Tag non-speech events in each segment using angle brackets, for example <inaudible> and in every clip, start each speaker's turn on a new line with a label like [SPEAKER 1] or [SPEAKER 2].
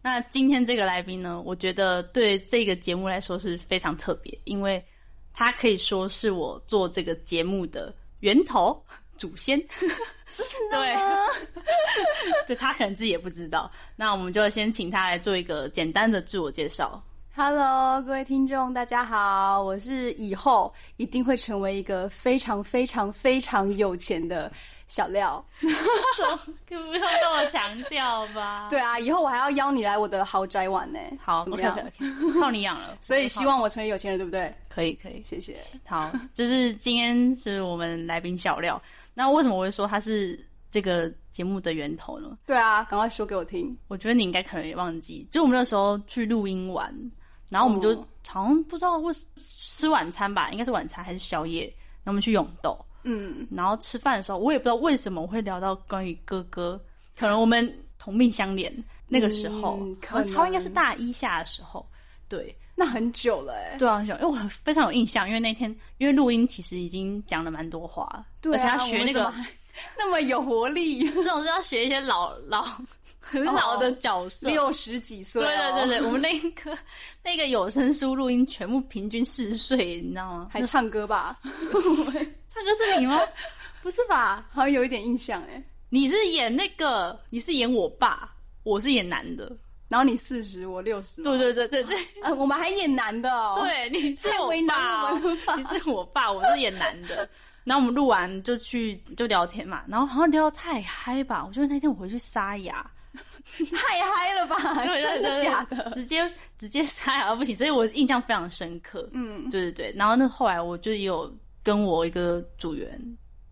[SPEAKER 1] 那今天这个来宾呢，我觉得对这个节目来说是非常特别，因为他可以说是我做这个节目的源头、祖先。对， <laughs> 对他可能自己也不知道。那我们就先请他来做一个简单的自我介
[SPEAKER 2] <laughs>
[SPEAKER 1] 绍。
[SPEAKER 2] Hello，各位听众，大家好，我是以后一定会成为一个非常非常非常有钱的小廖。
[SPEAKER 1] 可不要跟我强调吧？
[SPEAKER 2] 对，啊，以后我还要邀你来我的豪宅玩呢。
[SPEAKER 1] 好
[SPEAKER 2] 怎么
[SPEAKER 1] ，OK <laughs>
[SPEAKER 2] 样 <laughs>
[SPEAKER 1] OK，靠你养了。
[SPEAKER 2] 所以希望我成为有钱人，对不对？
[SPEAKER 1] 可以可以，
[SPEAKER 2] 谢谢。
[SPEAKER 1] 好， <laughs> 就是今天是我们来宾小廖。那为什么我会说他是这个节目的源头呢？
[SPEAKER 2] 对啊，赶快说给我听。
[SPEAKER 1] 我觉得你应该可能也忘记，就我们那时候去录音玩，然后我们就
[SPEAKER 2] 哦
[SPEAKER 1] 好像不知道为吃晚餐吧，应该是晚餐还是宵夜，然后我们去永豆，
[SPEAKER 2] 嗯，
[SPEAKER 1] 然后吃饭的时候，我也不知道为什么我会聊到关于哥哥，可能我们同命相连那个时候，
[SPEAKER 2] 嗯可
[SPEAKER 1] 我
[SPEAKER 2] 能
[SPEAKER 1] 超应该是大一下的时候，对
[SPEAKER 2] 那很久了哎、
[SPEAKER 1] 对啊，很久因为我很非常有印象，因为那天因为录音其实已经讲了蛮多话，
[SPEAKER 2] 对
[SPEAKER 1] 而且
[SPEAKER 2] 啊，
[SPEAKER 1] 要学
[SPEAKER 2] 我
[SPEAKER 1] 那
[SPEAKER 2] 们怎么
[SPEAKER 1] 个
[SPEAKER 2] 还 <laughs> 那么哦有活力，
[SPEAKER 1] 这种是要学一些老老很老的角色，
[SPEAKER 2] 六十几岁、哦
[SPEAKER 1] 对对对，对，我们那个那个有声书录音全部平均四岁，你知道吗？
[SPEAKER 2] 还唱歌吧，
[SPEAKER 1] 这个是你吗？不是吧？
[SPEAKER 2] 好像有一点印象哎、
[SPEAKER 1] 你是演那个，你是演我爸，我是演男的。
[SPEAKER 2] 然后你四十，我六十，
[SPEAKER 1] 对对对对对，
[SPEAKER 2] 啊，我们还演男的哦。
[SPEAKER 1] 对，
[SPEAKER 2] <laughs>
[SPEAKER 1] 你是
[SPEAKER 2] 太
[SPEAKER 1] 我
[SPEAKER 2] 为
[SPEAKER 1] 爸
[SPEAKER 2] 难
[SPEAKER 1] 哦
[SPEAKER 2] 我们了，吧
[SPEAKER 1] 你是我爸，我是演男
[SPEAKER 2] <laughs>
[SPEAKER 1] 的。然后我们录完就去就聊天嘛，然后好像聊得太嗨吧，我觉得那天我回去沙哑，
[SPEAKER 2] 太嗨了吧？
[SPEAKER 1] 对
[SPEAKER 2] 啊真的假
[SPEAKER 1] 对对
[SPEAKER 2] 的？
[SPEAKER 1] <laughs> 直接直接沙哑到不行，所以我印象非常深刻。
[SPEAKER 2] 嗯，
[SPEAKER 1] 对对对，然后那后来我就也有跟我一个组员，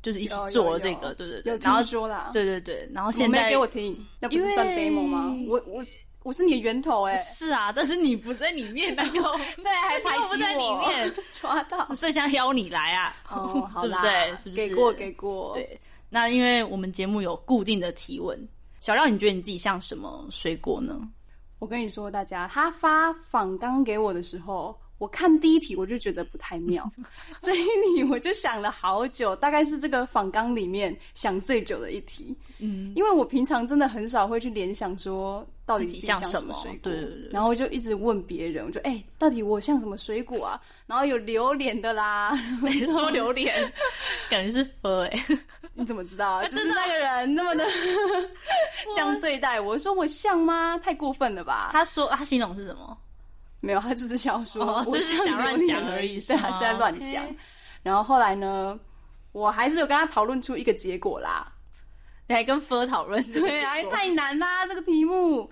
[SPEAKER 1] 就是一起
[SPEAKER 2] 有有
[SPEAKER 1] 做了这
[SPEAKER 2] 有
[SPEAKER 1] 个，对对对
[SPEAKER 2] 哦有，
[SPEAKER 1] 然后
[SPEAKER 2] 听说啦？，
[SPEAKER 1] 对对对，然后
[SPEAKER 2] 你
[SPEAKER 1] 现
[SPEAKER 2] 没
[SPEAKER 1] 在
[SPEAKER 2] 给我听，那不是算
[SPEAKER 1] 因为
[SPEAKER 2] demo 吗？我我我是你的源头哎，
[SPEAKER 1] 是啊，但是你不在里面，然后
[SPEAKER 2] <laughs> 对，还
[SPEAKER 1] <laughs>
[SPEAKER 2] 排
[SPEAKER 1] 你又不
[SPEAKER 2] 挤
[SPEAKER 1] 在里
[SPEAKER 2] 我， <laughs>
[SPEAKER 1] 面，
[SPEAKER 2] 抓到。
[SPEAKER 1] 所以想邀你来啊， <laughs>
[SPEAKER 2] 哦，好啦，
[SPEAKER 1] 对不对是不是
[SPEAKER 2] 给过给过，
[SPEAKER 1] 对，那因为我们节目有固定的提问，小廖，你觉得你自己像什么水果呢？
[SPEAKER 2] 我跟你说，大家他发访纲给我的时候，我看第一题我就觉得不太
[SPEAKER 1] <laughs>
[SPEAKER 2] 妙，所以你我就想了好久，大概是这个访纲里面想最久的一题。
[SPEAKER 1] 嗯，
[SPEAKER 2] 因为我平常真的很少会去联想说到底
[SPEAKER 1] 自己
[SPEAKER 2] 像
[SPEAKER 1] 像什
[SPEAKER 2] 什
[SPEAKER 1] 么
[SPEAKER 2] 水果，
[SPEAKER 1] 对对对
[SPEAKER 2] 然后我就一直问别人，我就哎、到底我像什么水果啊？然后有榴莲的啦， <laughs>
[SPEAKER 1] 谁说榴莲？ <laughs> 感觉是分哎、
[SPEAKER 2] 你怎么知道啊？只是那个人那么的这样对待我，说我像吗？太过分了吧？
[SPEAKER 1] 他说他形容是什么？
[SPEAKER 2] 没有，他只是想说，
[SPEAKER 1] 哦
[SPEAKER 2] 我
[SPEAKER 1] 就是
[SPEAKER 2] 像
[SPEAKER 1] 想乱
[SPEAKER 2] 榴
[SPEAKER 1] 讲
[SPEAKER 2] 莲
[SPEAKER 1] 而
[SPEAKER 2] 而
[SPEAKER 1] 已
[SPEAKER 2] 已，
[SPEAKER 1] 是
[SPEAKER 2] 是
[SPEAKER 1] 吗
[SPEAKER 2] 他是在乱讲
[SPEAKER 1] OK。
[SPEAKER 2] 然后后来呢，我还是有跟他讨论出一个结果啦。
[SPEAKER 1] 你还跟分讨论这个
[SPEAKER 2] 对啊，
[SPEAKER 1] 结
[SPEAKER 2] 因为
[SPEAKER 1] 果？
[SPEAKER 2] 太难啦这个题目。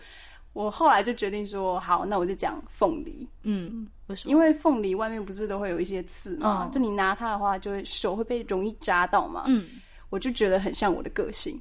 [SPEAKER 2] 我后来就决定说，好，那我就讲凤梨，
[SPEAKER 1] 嗯，为什么？
[SPEAKER 2] 因为凤梨外面不是都会有一些刺嘛，
[SPEAKER 1] 嗯
[SPEAKER 2] 就你拿它的话，就会手会被容易扎到嘛。
[SPEAKER 1] <laughs> 嗯，
[SPEAKER 2] 我就觉得很像我的个性。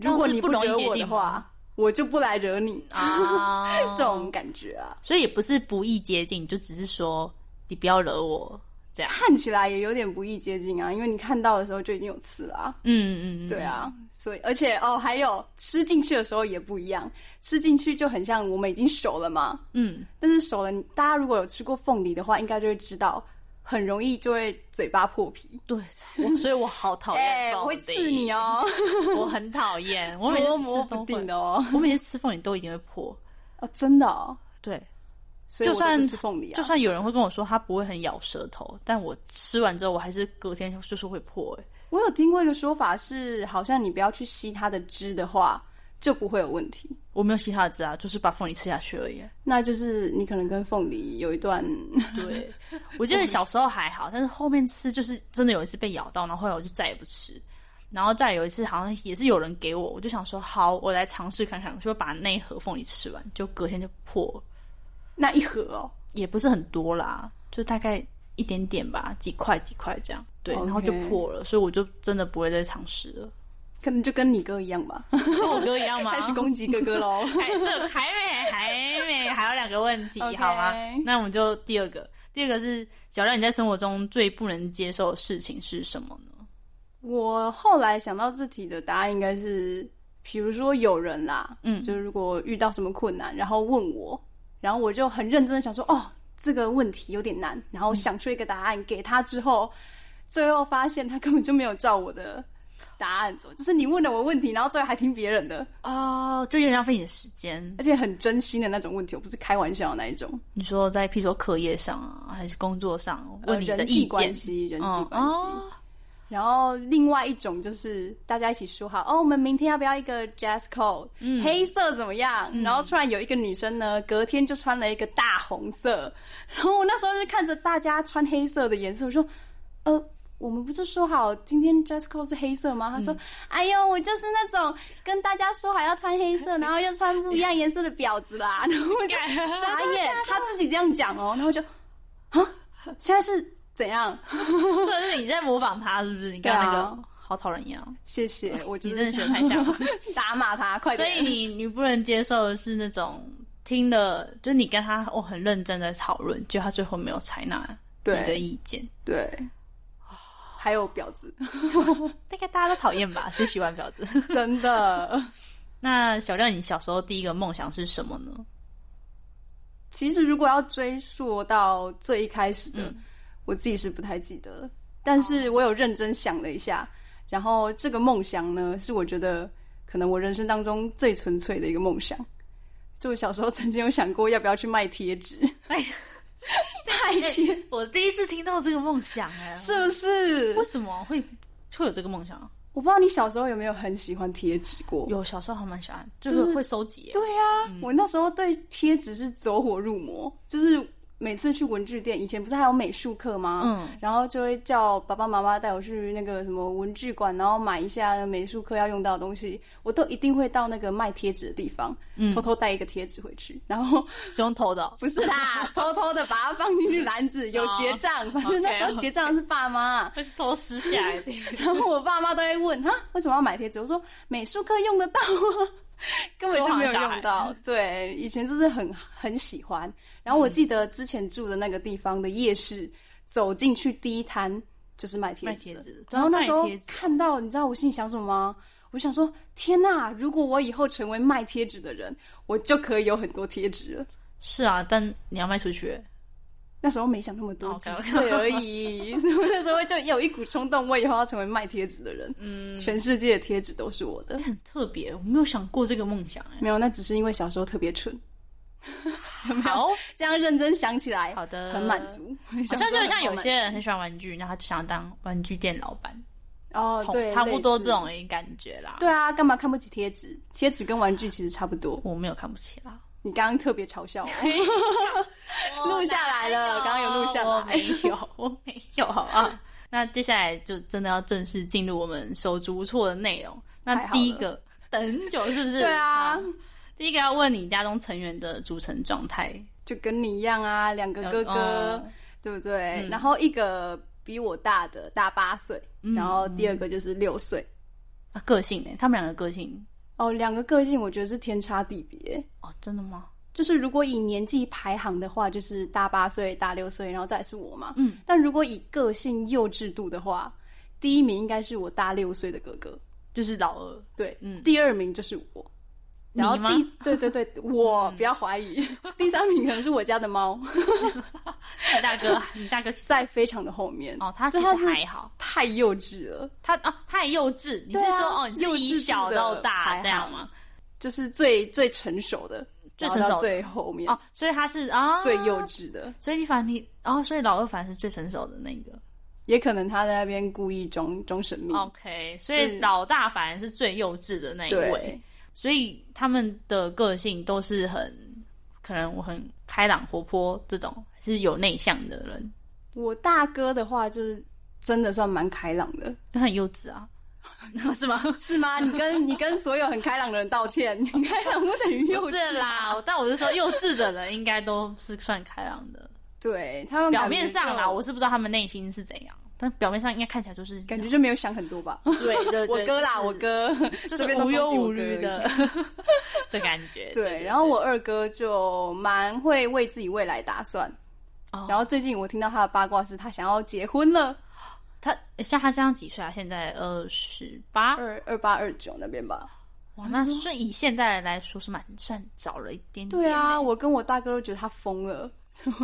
[SPEAKER 1] 这样
[SPEAKER 2] 如果
[SPEAKER 1] 是
[SPEAKER 2] 你
[SPEAKER 1] 不容易
[SPEAKER 2] 惹
[SPEAKER 1] 接
[SPEAKER 2] 我
[SPEAKER 1] 近
[SPEAKER 2] 的
[SPEAKER 1] 吗
[SPEAKER 2] 话，我就不来惹你，
[SPEAKER 1] 啊
[SPEAKER 2] 这种感觉啊。
[SPEAKER 1] 所以也不是不易接近，就只是说你不要惹我这样。
[SPEAKER 2] 看起来也有点不易接近啊，因为你看到的时候就已经有刺了啊。
[SPEAKER 1] 嗯嗯嗯，
[SPEAKER 2] 对，啊，所以而且哦，还有吃进去的时候也不一样，吃进去就很像我们已经熟了嘛。
[SPEAKER 1] 嗯，
[SPEAKER 2] 但是熟了，你大家如果有吃过凤梨的话，应该就会知道，很容易就会嘴巴破皮。
[SPEAKER 1] 对，我所以欸我好讨 <laughs> 厌，
[SPEAKER 2] 哎、我会刺你，哦，
[SPEAKER 1] 啊 <laughs> 我很讨厌，我每次
[SPEAKER 2] 捉
[SPEAKER 1] 吃
[SPEAKER 2] 摸
[SPEAKER 1] 都
[SPEAKER 2] 不
[SPEAKER 1] 会
[SPEAKER 2] 定的哦。
[SPEAKER 1] 我每次吃凤梨都一定会破，
[SPEAKER 2] 哦，真的哦，
[SPEAKER 1] 对，
[SPEAKER 2] 所以
[SPEAKER 1] 就
[SPEAKER 2] 我都
[SPEAKER 1] 算
[SPEAKER 2] 不吃凤梨啊，
[SPEAKER 1] 就算有人会跟我说他不会很咬舌头，但我吃完之后我还是隔天就是会破、哎，
[SPEAKER 2] 我有听过一个说法是，好像你不要去吸它的汁的话，就不会有问题。
[SPEAKER 1] 我没有其他的汁啊，就是把凤梨吃下去而已、哎
[SPEAKER 2] 那就是你可能跟凤梨有一段 <laughs>
[SPEAKER 1] 对，我记得小时候还好，但是后面吃就是真的有一次被咬到，然后后来我就再也不吃。然后再有一次，好像也是有人给我，我就想说好，我来尝试看看，我就把那一盒凤梨吃完，就隔天就破了，
[SPEAKER 2] 那一盒哦，
[SPEAKER 1] 也不是很多啦，就大概一点点吧，几块几块这样，对，然后就
[SPEAKER 2] OK
[SPEAKER 1] 破了，所以我就真的不会再尝试了， <laughs>
[SPEAKER 2] 可能就跟你哥一样吧，
[SPEAKER 1] 跟我哥一样吗？
[SPEAKER 2] 开始攻击哥哥
[SPEAKER 1] <laughs>
[SPEAKER 2] 喽。
[SPEAKER 1] 还这还没还没还有两个问题
[SPEAKER 2] OK
[SPEAKER 1] 好吗？那我们就第二个，第第二个是小廖，你在生活中最不能接受的事情是什么呢？
[SPEAKER 2] 我后来想到这题的答案应该是，比如说有人啦，
[SPEAKER 1] 嗯
[SPEAKER 2] 就如果遇到什么困难，然后问我，然后我就很认真的想说，哦，这个问题有点难，
[SPEAKER 1] 嗯
[SPEAKER 2] 然后想出一个答案给他之后，最后发现他根本就没有照我的答案走，就是你问了我问题，然后最后还听别人的，
[SPEAKER 1] 哦，就有点浪费你的时间。
[SPEAKER 2] 而且很真心的那种问题，我不是开玩笑的那一种，
[SPEAKER 1] 你说在譬如说课业上啊，还是工作上，
[SPEAKER 2] 呃，
[SPEAKER 1] 问你的
[SPEAKER 2] 人
[SPEAKER 1] 意
[SPEAKER 2] 际
[SPEAKER 1] 见，
[SPEAKER 2] 关系，人际
[SPEAKER 1] 嗯
[SPEAKER 2] 关系。
[SPEAKER 1] 哦
[SPEAKER 2] 然后另外一种就是大家一起说好，哦，我们明天要不要一个 jazz code？、黑色怎么样？然后突然有一个女生呢，隔天就穿了一个大红色，然后我那时候就看着大家穿黑色的颜色，我说，呃。我们不是说好今天 dress code 是黑色吗？她说：“哎呦，我就是那种跟大家说好要穿黑色，然后又穿不一样颜色的婊子啦。” <laughs> 然后我就傻眼，她自己这样讲哦，然后我就啊，现在是怎样？
[SPEAKER 1] 或者是你在模仿他，是不是？你刚刚那个、
[SPEAKER 2] 啊
[SPEAKER 1] 好讨人厌哦。
[SPEAKER 2] 谢谢，
[SPEAKER 1] <laughs>
[SPEAKER 2] 我就
[SPEAKER 1] 你
[SPEAKER 2] 是
[SPEAKER 1] 真的学太像了
[SPEAKER 2] <laughs> 打骂他，
[SPEAKER 1] <laughs>
[SPEAKER 2] 快
[SPEAKER 1] 所
[SPEAKER 2] 点！
[SPEAKER 1] 以你你不能接受的是那种听了，就是你跟他我很认真的讨论，就他最后没有采纳你的
[SPEAKER 2] 对
[SPEAKER 1] 意见。 <sighs>
[SPEAKER 2] 对，还有婊
[SPEAKER 1] <laughs>
[SPEAKER 2] 子，
[SPEAKER 1] 大概大家都讨厌吧，谁喜欢婊子？ <laughs>
[SPEAKER 2] 真的。
[SPEAKER 1] 那小廖，你小时候第一个梦想是什么呢？
[SPEAKER 2] 其实如果要追溯到最一开始
[SPEAKER 1] 嗯
[SPEAKER 2] 的，我自己是不太记得了，但是
[SPEAKER 1] 哦
[SPEAKER 2] 我有认真想了一下，然后这个梦想呢，是我觉得可能我人生当中最纯粹的一个梦想。就我小时候曾经有想过要不要去卖贴纸，
[SPEAKER 1] 哎
[SPEAKER 2] 卖贴纸
[SPEAKER 1] 我第一次听到这个梦想、哎，
[SPEAKER 2] <laughs> 是不是？
[SPEAKER 1] <laughs> 为什么会会有这个梦想？
[SPEAKER 2] 我不知道你小时候有没有很喜欢贴纸过？
[SPEAKER 1] 有小时候还蛮喜欢，就
[SPEAKER 2] 就是
[SPEAKER 1] 是会收集、哎
[SPEAKER 2] 对啊，我那时候对贴纸是走火入魔，就是每次去文具店，以前不是还有美术课吗？
[SPEAKER 1] 嗯，
[SPEAKER 2] 然后就会叫爸爸妈妈带我去那个什么文具馆，然后买一下美术课要用到的东西，我都一定会到那个卖贴纸的地方，偷偷带一个贴纸回去，然后
[SPEAKER 1] 是用头的哦、
[SPEAKER 2] 不是啦，偷偷的把它放进去篮子，有结账，反正那时候
[SPEAKER 1] OK，OK
[SPEAKER 2] 结账的是爸妈。
[SPEAKER 1] 会是偷撕下来的。
[SPEAKER 2] 然后我爸妈都会问哈，为什么要买贴纸？我说美术课用得到啊， <laughs> 根本就没有用到。对，以前就是很很喜欢。然后我记得之前住的那个地方的夜市，走进去第一摊就是卖贴
[SPEAKER 1] 卖
[SPEAKER 2] 纸
[SPEAKER 1] 贴
[SPEAKER 2] 的。
[SPEAKER 1] 纸，
[SPEAKER 2] 然后那时候
[SPEAKER 1] 专门卖贴纸
[SPEAKER 2] 看到，你知道我心里想什么吗？我想说，天呐！如果我以后成为卖贴纸的人，我就可以有很多贴纸了。
[SPEAKER 1] <laughs> 是啊，但你要卖出去，
[SPEAKER 2] 那时候没想那么多，几
[SPEAKER 1] OK，OK
[SPEAKER 2] 岁而已。 <laughs> 所以我那时候就有一股冲动，我以后要成为卖贴纸的人。嗯，全世界的贴纸都是我的。
[SPEAKER 1] 很特别，我没有想过这个梦想、哎，
[SPEAKER 2] 没有，那只是因为小时候特别
[SPEAKER 1] <laughs>
[SPEAKER 2] 蠢。有没有？
[SPEAKER 1] 好
[SPEAKER 2] 这样认真想起来，
[SPEAKER 1] 好的
[SPEAKER 2] 很满足。
[SPEAKER 1] 好
[SPEAKER 2] 好
[SPEAKER 1] 像就像有些人很喜欢玩具，然后他就想当玩具店老板，
[SPEAKER 2] 哦，对，
[SPEAKER 1] 差不多
[SPEAKER 2] 类
[SPEAKER 1] 这
[SPEAKER 2] 似。
[SPEAKER 1] 种感觉啦。
[SPEAKER 2] 对，啊，干嘛看不起贴纸？贴纸跟玩具其实差不多。
[SPEAKER 1] 我没有看不起啦，
[SPEAKER 2] 你刚刚特别
[SPEAKER 1] <laughs>
[SPEAKER 2] 嘲笑 <laughs> 我，录下来了，刚刚有录下
[SPEAKER 1] 啊我
[SPEAKER 2] 来。
[SPEAKER 1] 哦没有，
[SPEAKER 2] <laughs>
[SPEAKER 1] 我没有，好不好？那接下来就真的要正式进入我们手足无措的内容。那
[SPEAKER 2] 太好
[SPEAKER 1] 第一个，等很久是不是？
[SPEAKER 2] 对啊
[SPEAKER 1] 好，第一个要问你家中成员的组成状态。
[SPEAKER 2] 就跟你一样啊，两个哥哥，
[SPEAKER 1] 嗯
[SPEAKER 2] 对不对？然后一个比我大的大八岁，
[SPEAKER 1] 嗯
[SPEAKER 2] 然后第二个就是六岁。
[SPEAKER 1] 啊，个性呢？他们两个个性
[SPEAKER 2] 哦，两个个性我觉得是天差地别。
[SPEAKER 1] 哦，真的吗？
[SPEAKER 2] 就是如果以年纪排行的话，就是大八岁、大六岁，然后再来是我嘛。
[SPEAKER 1] 嗯。
[SPEAKER 2] 但如果以个性幼稚度的话，第一名应该是我大六岁的哥哥，
[SPEAKER 1] 就是老二，
[SPEAKER 2] 对， <laughs>
[SPEAKER 1] 嗯
[SPEAKER 2] 第二名就是我。然后
[SPEAKER 1] 你吗嗯
[SPEAKER 2] 第对对
[SPEAKER 1] <laughs>
[SPEAKER 2] 对，我不要怀疑，第三名可能是我家的猫，
[SPEAKER 1] 你哎大哥，啊你大哥其实
[SPEAKER 2] 在非常的后面。
[SPEAKER 1] 哦，他其
[SPEAKER 2] 就
[SPEAKER 1] 实
[SPEAKER 2] 他是
[SPEAKER 1] 还好，
[SPEAKER 2] 太幼稚了，
[SPEAKER 1] 他啊太幼稚。你是
[SPEAKER 2] 对啊
[SPEAKER 1] 说哦，你
[SPEAKER 2] 幼
[SPEAKER 1] 是
[SPEAKER 2] 稚
[SPEAKER 1] 以小
[SPEAKER 2] 度的
[SPEAKER 1] 到
[SPEAKER 2] 还
[SPEAKER 1] 大
[SPEAKER 2] 好
[SPEAKER 1] 这样吗？
[SPEAKER 2] 就是最最成熟的，
[SPEAKER 1] 最
[SPEAKER 2] 然后
[SPEAKER 1] 成熟
[SPEAKER 2] 到
[SPEAKER 1] 的
[SPEAKER 2] 最后面、
[SPEAKER 1] 哦，所以他是啊，
[SPEAKER 2] 最幼稚的，
[SPEAKER 1] 所以你反你哦，所以老二反而是最成熟的那个。
[SPEAKER 2] 也可能他在那边故意装装神秘。
[SPEAKER 1] OK，所
[SPEAKER 2] 嗯就
[SPEAKER 1] 以
[SPEAKER 2] 是
[SPEAKER 1] 老大反而是最幼稚的那一位
[SPEAKER 2] 对，，
[SPEAKER 1] 所以他们的个性都是很可能我很开朗活泼这种，是有内向的人，
[SPEAKER 2] 我大哥的话就是真的算蛮开朗的，
[SPEAKER 1] 因为很幼稚啊， <laughs> 是吗？
[SPEAKER 2] 是吗？你跟你跟所有很开朗的人道 <laughs> 歉，你很开朗不等于 <laughs> 幼
[SPEAKER 1] 不
[SPEAKER 2] 稚啊
[SPEAKER 1] 是。啦，但我是说幼稚的人应该都是算开朗的，
[SPEAKER 2] 对他们
[SPEAKER 1] 表面上啦，
[SPEAKER 2] 感觉就
[SPEAKER 1] 我是不知道他们内心是怎样，但表面上应该看起来
[SPEAKER 2] <laughs>
[SPEAKER 1] 就是
[SPEAKER 2] 感觉就没有想很多吧。
[SPEAKER 1] 对 <laughs> 对对，
[SPEAKER 2] <laughs> 我哥啦，
[SPEAKER 1] 就是
[SPEAKER 2] 我哥
[SPEAKER 1] 就是
[SPEAKER 2] 这边都
[SPEAKER 1] 无
[SPEAKER 2] 攻击
[SPEAKER 1] 忧
[SPEAKER 2] 我
[SPEAKER 1] 无
[SPEAKER 2] 哥
[SPEAKER 1] 虑
[SPEAKER 2] 而
[SPEAKER 1] 的 <laughs> 的感觉。
[SPEAKER 2] 已。对，然后我二哥就蛮会为自己未来打算，
[SPEAKER 1] 哦
[SPEAKER 2] 然后最近我听到他的八卦是他想要结婚了，
[SPEAKER 1] 他像他这样几岁啊？现在二十八，
[SPEAKER 2] 二二八二九那边吧。
[SPEAKER 1] 哇，那所以以现在来说是蛮算早了一点点。
[SPEAKER 2] 对，啊，我跟我大哥都觉得他疯了。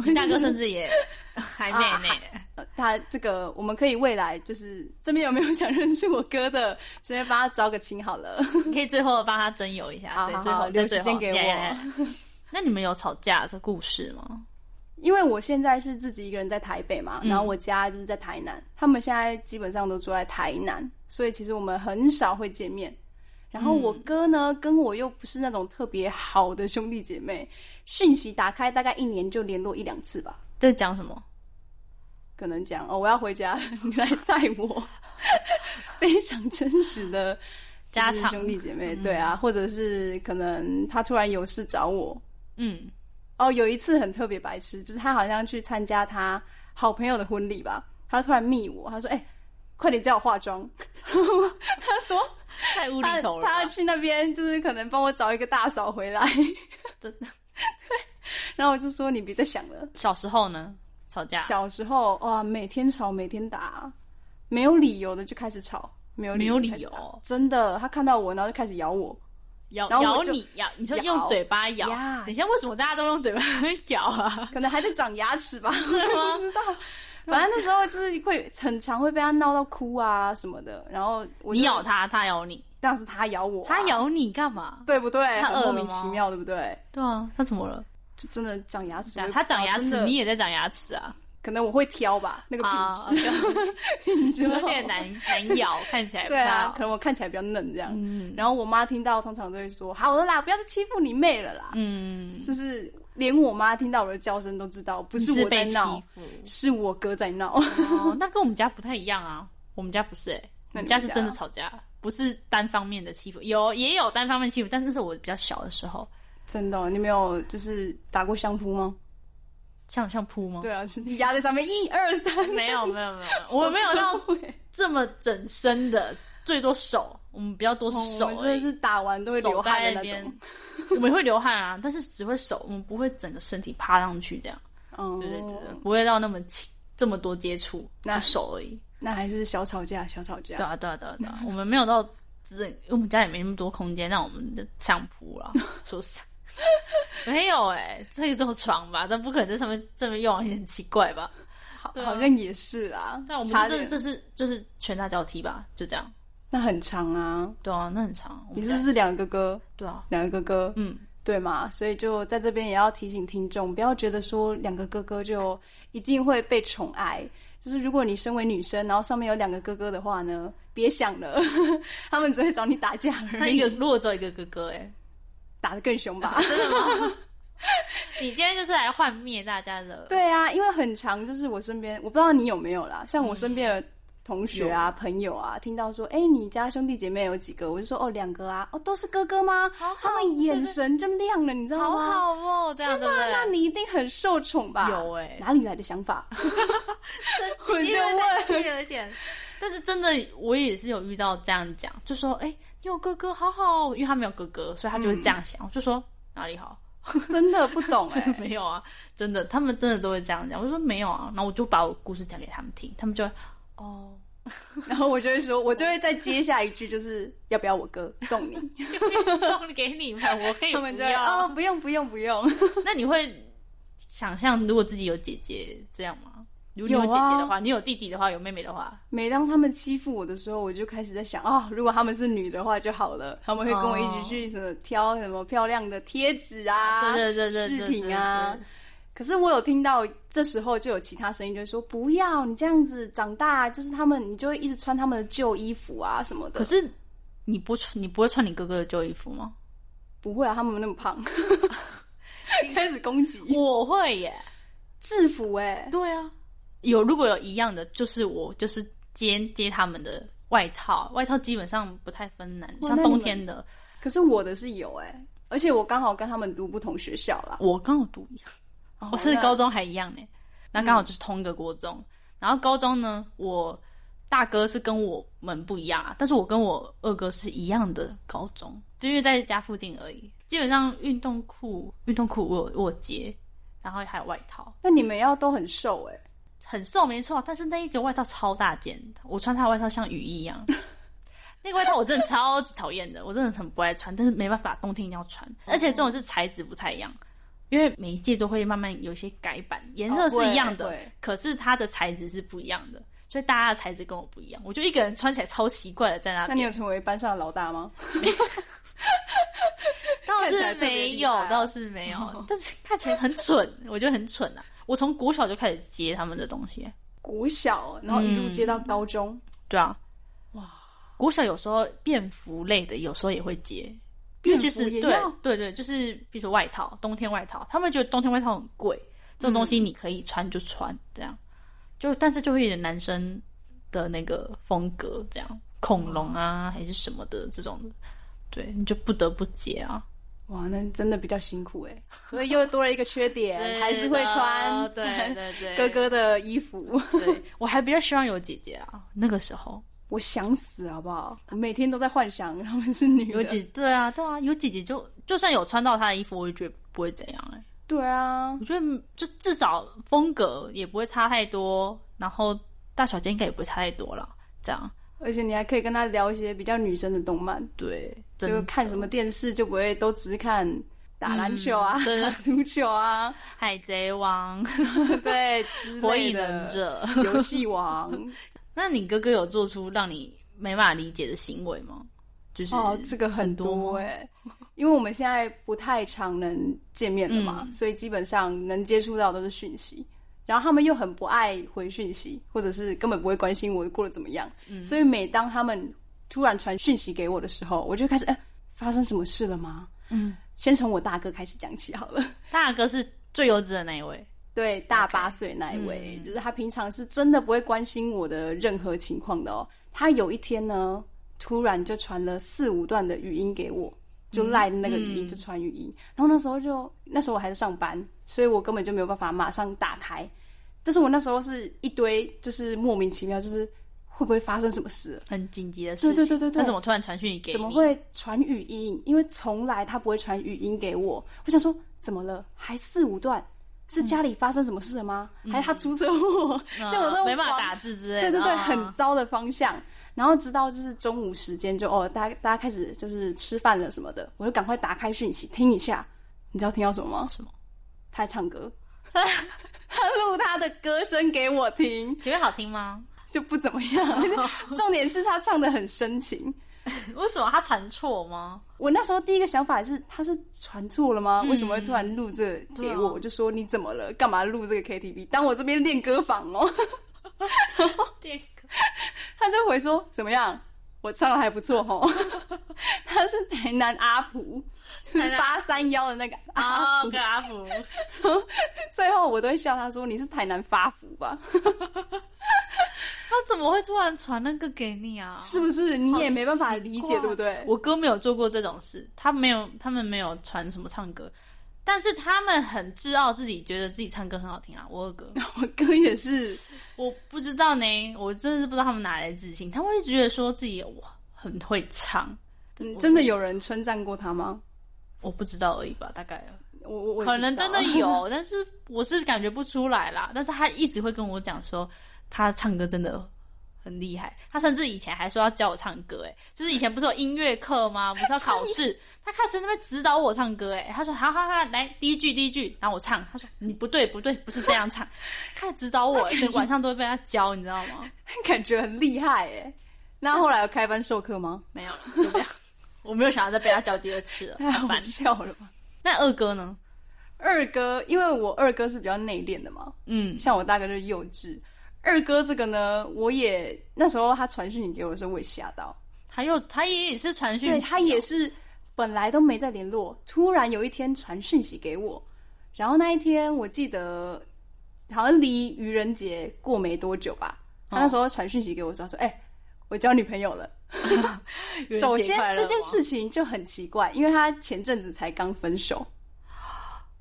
[SPEAKER 1] 你大哥甚至
[SPEAKER 2] <laughs>
[SPEAKER 1] 也还妹妹。
[SPEAKER 2] 呃他这个我们可以未来就是这边有没有想认识我哥的，直接帮他招个亲好了。 <laughs>
[SPEAKER 1] 你可以最后帮他征友一下，
[SPEAKER 2] 好
[SPEAKER 1] 对，
[SPEAKER 2] 好
[SPEAKER 1] 最
[SPEAKER 2] 好
[SPEAKER 1] 后
[SPEAKER 2] 留
[SPEAKER 1] 在最
[SPEAKER 2] 时间
[SPEAKER 1] 后
[SPEAKER 2] 给我
[SPEAKER 1] yeah, yeah, yeah <laughs> 那你们有吵架的故事吗？
[SPEAKER 2] 因为我现在是自己一个人在台北嘛，然后我家就是在台南，他们现在基本上都住在台南，所以其实我们很少会见面。然后我哥呢，跟我又不是那种特别好的兄弟姐妹，讯息打开大概一年就联络一两次吧，
[SPEAKER 1] 在讲什么？
[SPEAKER 2] 可能讲哦我要回家，你来载我， <laughs> 非常真实的
[SPEAKER 1] 家
[SPEAKER 2] 就是
[SPEAKER 1] 常嗯
[SPEAKER 2] 兄弟姐妹，对啊，或者是可能他突然有事找我， <laughs>
[SPEAKER 1] 嗯，
[SPEAKER 2] 哦，有一次很特别白痴，就是他好像去参加他好朋友的婚礼吧，他突然密我，他说：“哎、快点教我化妆。”他说
[SPEAKER 1] 太无
[SPEAKER 2] 他
[SPEAKER 1] 厘头了吧，
[SPEAKER 2] 他要去那边，就是可能帮我找一个大嫂回来。
[SPEAKER 1] <laughs> 真
[SPEAKER 2] <laughs>
[SPEAKER 1] 的。
[SPEAKER 2] 然后我就说：“你别再想了。
[SPEAKER 1] 小时候呢，吵架，”
[SPEAKER 2] 小时候哇，每天吵，每天打，没有理由的就开始吵，没有理
[SPEAKER 1] 没有理
[SPEAKER 2] 就开始打
[SPEAKER 1] 由
[SPEAKER 2] 真的，他看到我，然后就开始咬我。
[SPEAKER 1] 咬
[SPEAKER 2] 然后
[SPEAKER 1] 咬
[SPEAKER 2] 我就
[SPEAKER 1] 你咬，你说
[SPEAKER 2] 咬
[SPEAKER 1] 用嘴巴咬，
[SPEAKER 2] 呀
[SPEAKER 1] 等一下为什么大家都用嘴巴 <laughs> 咬
[SPEAKER 2] <laughs>
[SPEAKER 1] 啊？
[SPEAKER 2] 可能还在长牙齿吧，是
[SPEAKER 1] 吗
[SPEAKER 2] 不知道。反正那时候就是会很常会被他闹到哭啊什么的，然后我就
[SPEAKER 1] 你咬，他，他咬你，
[SPEAKER 2] 但是他咬我啊、
[SPEAKER 1] 他咬你干嘛？
[SPEAKER 2] 对不对？
[SPEAKER 1] 他
[SPEAKER 2] 很
[SPEAKER 1] 饿了
[SPEAKER 2] 莫
[SPEAKER 1] 吗
[SPEAKER 2] 名其妙，对不对？
[SPEAKER 1] 对啊，他怎么了？
[SPEAKER 2] 就真的长牙齿，我也不
[SPEAKER 1] 啊他
[SPEAKER 2] 知道
[SPEAKER 1] 长牙
[SPEAKER 2] 真
[SPEAKER 1] 齿，
[SPEAKER 2] 的
[SPEAKER 1] 你也在长牙齿
[SPEAKER 2] <laughs>
[SPEAKER 1] 啊，
[SPEAKER 2] 可能我会挑吧，那个
[SPEAKER 1] 啊
[SPEAKER 2] 品 <laughs> 质，你知道
[SPEAKER 1] 有
[SPEAKER 2] 吗
[SPEAKER 1] 点难难咬，看起来不
[SPEAKER 2] 啊对
[SPEAKER 1] 太
[SPEAKER 2] 啊，
[SPEAKER 1] 好
[SPEAKER 2] 可能我看起来比较嫩这样。
[SPEAKER 1] 嗯
[SPEAKER 2] 然后我妈听到，通常都会说：“好了啦，不要再欺负你妹了啦。
[SPEAKER 1] 嗯，
[SPEAKER 2] 就是连我妈听到我的叫声都知道，不是
[SPEAKER 1] 你
[SPEAKER 2] 我在
[SPEAKER 1] 被欺
[SPEAKER 2] 闹，
[SPEAKER 1] 负。
[SPEAKER 2] 是我哥在闹。
[SPEAKER 1] 哦，那跟我们家不太一样啊，我们家不是哎、我
[SPEAKER 2] 那
[SPEAKER 1] 们
[SPEAKER 2] 你们
[SPEAKER 1] 家是真的
[SPEAKER 2] 家啊
[SPEAKER 1] 吵架，不是单方面的欺负，有也有单方面欺负，但那是我比较小的时候，
[SPEAKER 2] 真的哦、你没有就是打过相扑吗？
[SPEAKER 1] 像像扑吗？
[SPEAKER 2] 对啊，是压在上面，一二三，
[SPEAKER 1] <laughs> 没有没有没有， <laughs> 我没有
[SPEAKER 2] <laughs>
[SPEAKER 1] 到这么整身的，最多手，我们比较多手
[SPEAKER 2] 手哦真
[SPEAKER 1] 而
[SPEAKER 2] 的
[SPEAKER 1] 已。
[SPEAKER 2] 是打完都会流
[SPEAKER 1] 手
[SPEAKER 2] 汗
[SPEAKER 1] 在
[SPEAKER 2] 的
[SPEAKER 1] 那
[SPEAKER 2] 那种
[SPEAKER 1] 边。， <laughs> 我们会流汗啊，但是只会手，我们不会整个身体趴上去这样，
[SPEAKER 2] 嗯，
[SPEAKER 1] 对对对，对不会到那么亲这么多接触，就
[SPEAKER 2] 那
[SPEAKER 1] 手而已。
[SPEAKER 2] 那还是小吵架，小吵
[SPEAKER 1] 对
[SPEAKER 2] 架。
[SPEAKER 1] 啊，对啊，对啊，对啊，我们没有到只，我们家也没那么多空间让我们的相扑
[SPEAKER 2] <laughs>
[SPEAKER 1] 啦，说实在，没有哎、这一座床吧，但不可能在上面这么用，也很奇怪吧？
[SPEAKER 2] 好，
[SPEAKER 1] 对啊
[SPEAKER 2] 好像也是啊。
[SPEAKER 1] 但我们
[SPEAKER 2] 差
[SPEAKER 1] 就是
[SPEAKER 2] 点
[SPEAKER 1] 这是就是拳打脚踢吧，就这样。
[SPEAKER 2] 那很长啊。
[SPEAKER 1] 对啊，那很长。我
[SPEAKER 2] 你
[SPEAKER 1] 们
[SPEAKER 2] 是不
[SPEAKER 1] 家
[SPEAKER 2] 是两个哥？
[SPEAKER 1] 对啊，
[SPEAKER 2] 两个哥哥， <laughs>
[SPEAKER 1] 嗯，
[SPEAKER 2] 对嘛？所以就在这边也要提醒听众，不要觉得说两个哥哥就一定会被宠爱。就是如果你身为女生，然后上面有两个哥哥的话呢，别想了， <laughs> 他们只会找你打架
[SPEAKER 1] 他
[SPEAKER 2] 而
[SPEAKER 1] 一
[SPEAKER 2] 已，
[SPEAKER 1] 个如果只有一个哥哥哎、
[SPEAKER 2] 打得更凶吧。
[SPEAKER 1] 真的吗？你今天就是来幻灭大家的，
[SPEAKER 2] <laughs> 对啊，因为很长，就是我身边，我不知道你有没有啦，像我身边的同学啊、朋友啊，听到说，哎、你家兄弟姐妹有几个？我就说，哦，两个啊，哦，都是哥哥吗？
[SPEAKER 1] 好好
[SPEAKER 2] 他们眼神就亮了，你知道
[SPEAKER 1] 好
[SPEAKER 2] 啊吗？啊
[SPEAKER 1] 好哦，这样对不
[SPEAKER 2] 那
[SPEAKER 1] 对？
[SPEAKER 2] 你一定很受宠吧？
[SPEAKER 1] 有欸
[SPEAKER 2] 哪里来的想法？ <laughs>
[SPEAKER 1] 我
[SPEAKER 2] 我就问
[SPEAKER 1] 有一点，但是真的我也是有遇到这样讲，就说哎、你有哥哥好好哦，因为他没有哥哥，所以他就会这样想，我就说哪里好。
[SPEAKER 2] 真的不懂
[SPEAKER 1] <laughs>
[SPEAKER 2] 哎、
[SPEAKER 1] 没有啊，真的，他们真的都会这样讲。我就说没有啊，然后我就把我故事讲给他们听，他们就会哦，
[SPEAKER 2] <laughs> 然后我就会说，我就会再接下一句，就是要不要我哥送 <laughs> 你？
[SPEAKER 1] 送给你们，我可以
[SPEAKER 2] 他们
[SPEAKER 1] 不
[SPEAKER 2] 就会
[SPEAKER 1] 要。
[SPEAKER 2] 哎哦，不用不用不用。
[SPEAKER 1] 那你会想象如果自己有姐姐这样吗？如果你有
[SPEAKER 2] 有
[SPEAKER 1] 姐
[SPEAKER 2] 啊
[SPEAKER 1] 姐的话，你有弟弟的话，有妹妹的话，
[SPEAKER 2] 每当他们欺负我的时候，我就开始在想啊、如果他们是女的话就好了，他们会跟我一起去什么挑什么漂亮的贴纸啊、
[SPEAKER 1] 哦对对对对
[SPEAKER 2] 饰
[SPEAKER 1] 对
[SPEAKER 2] 品啊
[SPEAKER 1] 对对。
[SPEAKER 2] 可是我有听到，这时候就有其他声音，就会说不要你这样子长大，就是他们，你就会一直穿他们的旧衣服啊什么的。
[SPEAKER 1] 可是你不穿，你不会穿你哥哥的旧衣服吗？
[SPEAKER 2] 不会啊，他们那
[SPEAKER 1] <laughs>
[SPEAKER 2] 么胖，开始攻击
[SPEAKER 1] 我会耶。
[SPEAKER 2] 制服哎、
[SPEAKER 1] 对啊，有如果有一样的，就是我就是接接他们的外套，外套基本上不太分男，
[SPEAKER 2] 哇
[SPEAKER 1] 像
[SPEAKER 2] 那你
[SPEAKER 1] 冬
[SPEAKER 2] 们
[SPEAKER 1] 天的，
[SPEAKER 2] 可是我的是有哎、而且我刚好跟他们读不同学校啦。
[SPEAKER 1] 我刚好读一样，哦我甚至
[SPEAKER 2] 那
[SPEAKER 1] 高中还一样呢。那刚好就是同一个国中，然后高中呢，我大哥是跟我们不一样啊，但是我跟我二哥是一样的高中，就因为在家附近而已。基本上运动裤，运动裤我有我有接，然后还有外套，
[SPEAKER 2] 那你们要都很瘦哎、
[SPEAKER 1] 很瘦没错，但是那一个外套超大件，我穿它的外套像雨衣一
[SPEAKER 2] <laughs>
[SPEAKER 1] 样。那个外套我真的超级讨厌的，我真的很不爱穿，但是没办法，冬天一定要穿。
[SPEAKER 2] 哦
[SPEAKER 1] 而且这种是材质不太一样，因为每一届都会慢慢有一些改版，颜色是一样的，
[SPEAKER 2] 哦会会
[SPEAKER 1] 可是它的材质是不一样的，所以大家的材质跟我不一样，我就一个人穿起来超奇怪的在那
[SPEAKER 2] 那
[SPEAKER 1] 边。
[SPEAKER 2] 你有成为班上的老大吗？
[SPEAKER 1] <laughs> 倒
[SPEAKER 2] <laughs> 看起来
[SPEAKER 1] 是
[SPEAKER 2] 特别
[SPEAKER 1] 没
[SPEAKER 2] 厉
[SPEAKER 1] 有
[SPEAKER 2] 害啊，
[SPEAKER 1] 倒是没
[SPEAKER 2] <laughs>
[SPEAKER 1] 有，但是看起来很蠢，我觉得很蠢啊！我从国小就开始接他们的东西，
[SPEAKER 2] 国小，然后一路接
[SPEAKER 1] 嗯
[SPEAKER 2] 到高中，
[SPEAKER 1] 对啊，哇，国小有时候便服类的，有时候也会接，因为其实
[SPEAKER 2] 便服也
[SPEAKER 1] 对
[SPEAKER 2] 要
[SPEAKER 1] 对对，就是比如说外套，冬天外套，他们觉得冬天外套很贵，这种东西你可以穿就穿，这样就但是就会有点男生的那个风格，这样恐龙啊还是什么的这种的，对，你就不得不接啊，
[SPEAKER 2] 哇，那真的比较辛苦哎、所以又多了一个缺点，还是会穿
[SPEAKER 1] 哦对对对，
[SPEAKER 2] <laughs> 哥哥的衣服。
[SPEAKER 1] 对我还比较希望有姐姐啊，那个时候
[SPEAKER 2] 我想死好不好？我每天都在幻想他们是女
[SPEAKER 1] 有
[SPEAKER 2] 的。
[SPEAKER 1] 姐，对啊，对啊，有姐姐就就算有穿到她的衣服，我也觉得不会怎样哎、
[SPEAKER 2] 对啊
[SPEAKER 1] 我，觉得就至少风格也不会差太多，然后大小姐应该也不会差太多了，这样
[SPEAKER 2] 而且你还可以跟他聊一些比较女生的动漫，
[SPEAKER 1] 对，真
[SPEAKER 2] 就
[SPEAKER 1] 的
[SPEAKER 2] 看什么电视就不会都只是看打篮球啊、
[SPEAKER 1] 嗯对
[SPEAKER 2] <laughs> 打足球啊， <laughs>
[SPEAKER 1] 海贼王、
[SPEAKER 2] 对，之类的
[SPEAKER 1] 火影忍、者。 <laughs>
[SPEAKER 2] 游戏王。
[SPEAKER 1] 那你哥哥有做出让你没办法理解的行为吗？就是
[SPEAKER 2] 哦，这个很多
[SPEAKER 1] 吗
[SPEAKER 2] 哎、因为我们现在不太常能见面了嘛，
[SPEAKER 1] 嗯
[SPEAKER 2] 所以基本上能接触到都是讯息。然后他们又很不爱回讯息，或者是根本不会关心我过得怎么样，
[SPEAKER 1] 嗯
[SPEAKER 2] 所以每当他们突然传讯息给我的时候，我就开始，哎、发生什么事了吗？
[SPEAKER 1] 嗯，
[SPEAKER 2] 先从我大哥开始讲起好了。
[SPEAKER 1] 大哥是最幼稚的那一位，
[SPEAKER 2] 对，大八岁那一
[SPEAKER 1] 嗯
[SPEAKER 2] 位就是他平常是真的不会关心我的任何情况的哦。他有一天呢，突然就传了四五段的语音给我，就赖那个语音、
[SPEAKER 1] 嗯
[SPEAKER 2] 就传语音。然后那时候就那时候我还在上班，所以我根本就没有办法马上打开。但是我那时候是一堆就是莫名其妙，就是会不会发生什么事了？
[SPEAKER 1] 很紧急的事
[SPEAKER 2] 对
[SPEAKER 1] 情，
[SPEAKER 2] 对对对对
[SPEAKER 1] 他怎么突然传讯给你？
[SPEAKER 2] 怎么会传语音？因为从来他不会传语音给我。我想说，怎么了？还四五段？是家里发生什么事了吗？还是他出车祸？
[SPEAKER 1] 嗯
[SPEAKER 2] <laughs> 就我都
[SPEAKER 1] 没办法
[SPEAKER 2] 往
[SPEAKER 1] 打字之类的，
[SPEAKER 2] 对对对，
[SPEAKER 1] 嗯
[SPEAKER 2] 很糟的方向。然后直到就是中午时间就，哦，大家大家开始就是吃饭了什么的，我就赶快打开讯息听一下。你知道听到什么吗？
[SPEAKER 1] 什么？
[SPEAKER 2] 他在唱
[SPEAKER 1] <laughs>
[SPEAKER 2] 歌，他录他的歌声给我听，
[SPEAKER 1] 请问好听吗？ <laughs>
[SPEAKER 2] 就不怎么样。 <laughs> 重点是他唱的很深情。
[SPEAKER 1] 为什么他传错吗？
[SPEAKER 2] 我那时候第一个想法是，他是传错了
[SPEAKER 1] 嗯
[SPEAKER 2] 吗？为什么会突然录这个
[SPEAKER 1] 对
[SPEAKER 2] 给
[SPEAKER 1] 啊
[SPEAKER 2] 我？我就说你怎么了？干嘛录这个 KTV？当我这边练歌房哦。 <laughs>
[SPEAKER 1] 对，
[SPEAKER 2] 他就回说怎么样？我唱的还不错吼。 <laughs> 他是台南阿普，就是八三幺的那个阿
[SPEAKER 1] 啊，
[SPEAKER 2] 普。
[SPEAKER 1] 跟 <laughs> 阿福，
[SPEAKER 2] 最后我都会笑他说你是台南发福吧？
[SPEAKER 1] <laughs> 他怎么会突然传那个给你啊？
[SPEAKER 2] 是不是？你也没办法理
[SPEAKER 1] 好奇
[SPEAKER 2] 解，
[SPEAKER 1] 怪
[SPEAKER 2] 对不对？
[SPEAKER 1] 我哥没有做过这种事，他没有，他们没有传什么唱歌，但是他们很自傲，自己觉得自己唱歌很好听啊。我二 <laughs> 哥，
[SPEAKER 2] 我哥也是，
[SPEAKER 1] 我不知道呢，我真的是不知道他们哪来的自信，他们会觉得说自己哇很会唱，
[SPEAKER 2] 嗯真的有人称赞过他吗？我
[SPEAKER 1] 我不知道而已吧，大概
[SPEAKER 2] 我我我也
[SPEAKER 1] 可
[SPEAKER 2] 不
[SPEAKER 1] 能
[SPEAKER 2] 知道
[SPEAKER 1] 真的有，但是我是感觉不出来啦。但是他一直会跟我讲说，他唱歌真的很厉害。他甚至以前还说要教我唱歌、欸，就是以前不是有音乐课吗？不是要考试，他开始在那边指导我唱歌、欸，他说好好好，来第一句第一句，然后我唱，他说你不对不对，不是这样唱，开始指导我、欸，整个晚上都会被他教，你知道吗？
[SPEAKER 2] <laughs> 感觉很厉害哎。那后来有开班授课吗？
[SPEAKER 1] 没有，就这样，我没有想要再被他教第二次了，
[SPEAKER 2] <laughs> 太
[SPEAKER 1] 好
[SPEAKER 2] 好
[SPEAKER 1] 烦。
[SPEAKER 2] 笑了吧！
[SPEAKER 1] 那二哥呢？
[SPEAKER 2] 二哥，因为我二哥是比较内敛的嘛，
[SPEAKER 1] 嗯，
[SPEAKER 2] 像我大哥就是幼稚。二哥这个呢，我也那时候他传讯你给我的时候，我也吓到。
[SPEAKER 1] 他又他也是传讯息哦，
[SPEAKER 2] 对他也是本来都没在联络，突然有一天传讯息给我，然后那一天我记得好像离愚人节过没多久吧，他那时候传讯息给我说，他说：“哎、我交女朋友了。”
[SPEAKER 1] 愚人节
[SPEAKER 2] 首先
[SPEAKER 1] 快乐
[SPEAKER 2] 这件
[SPEAKER 1] 吗
[SPEAKER 2] 事情就很奇怪，因为他前阵子才刚分手，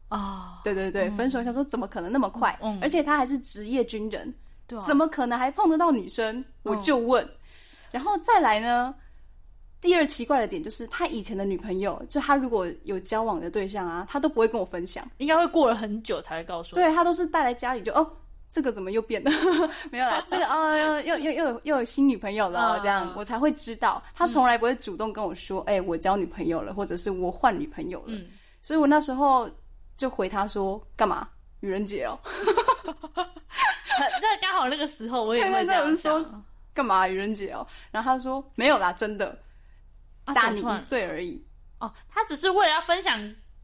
[SPEAKER 1] 啊，
[SPEAKER 2] 对对对，分手想说怎么可能那么快，
[SPEAKER 1] 嗯
[SPEAKER 2] 而且他还是职业军人，
[SPEAKER 1] 对啊嗯
[SPEAKER 2] 怎么可能还碰得到女生？我就问，然后再来呢，第二奇怪的点就是，他以前的女朋友，就他如果有交往的对象啊，他都不会跟我分享，
[SPEAKER 1] 应该会过了很久才会告诉我。
[SPEAKER 2] 对他都是带来家里就哦，这个怎么又变了？ <laughs> 没
[SPEAKER 1] <laughs>
[SPEAKER 2] 有啦，这个哦，又又又有又有新女朋友了，
[SPEAKER 1] 嗯
[SPEAKER 2] 这样我才会知道。他从来不会主动跟我说，哎、我交女朋友了，或者是我换女朋友了。
[SPEAKER 1] <laughs> 嗯，
[SPEAKER 2] 所以我那时候就回他说，干嘛？愚人节哦，
[SPEAKER 1] 很那刚好那个时候我也
[SPEAKER 2] 对
[SPEAKER 1] 会
[SPEAKER 2] 对
[SPEAKER 1] 这
[SPEAKER 2] 对我
[SPEAKER 1] 样
[SPEAKER 2] 就说
[SPEAKER 1] 想。
[SPEAKER 2] 干嘛愚人节哦？然后他说没有啦，真的，
[SPEAKER 1] 啊
[SPEAKER 2] 大
[SPEAKER 1] 怎么
[SPEAKER 2] 你
[SPEAKER 1] 突然
[SPEAKER 2] 一岁而已。
[SPEAKER 1] 哦，他只是为了要分享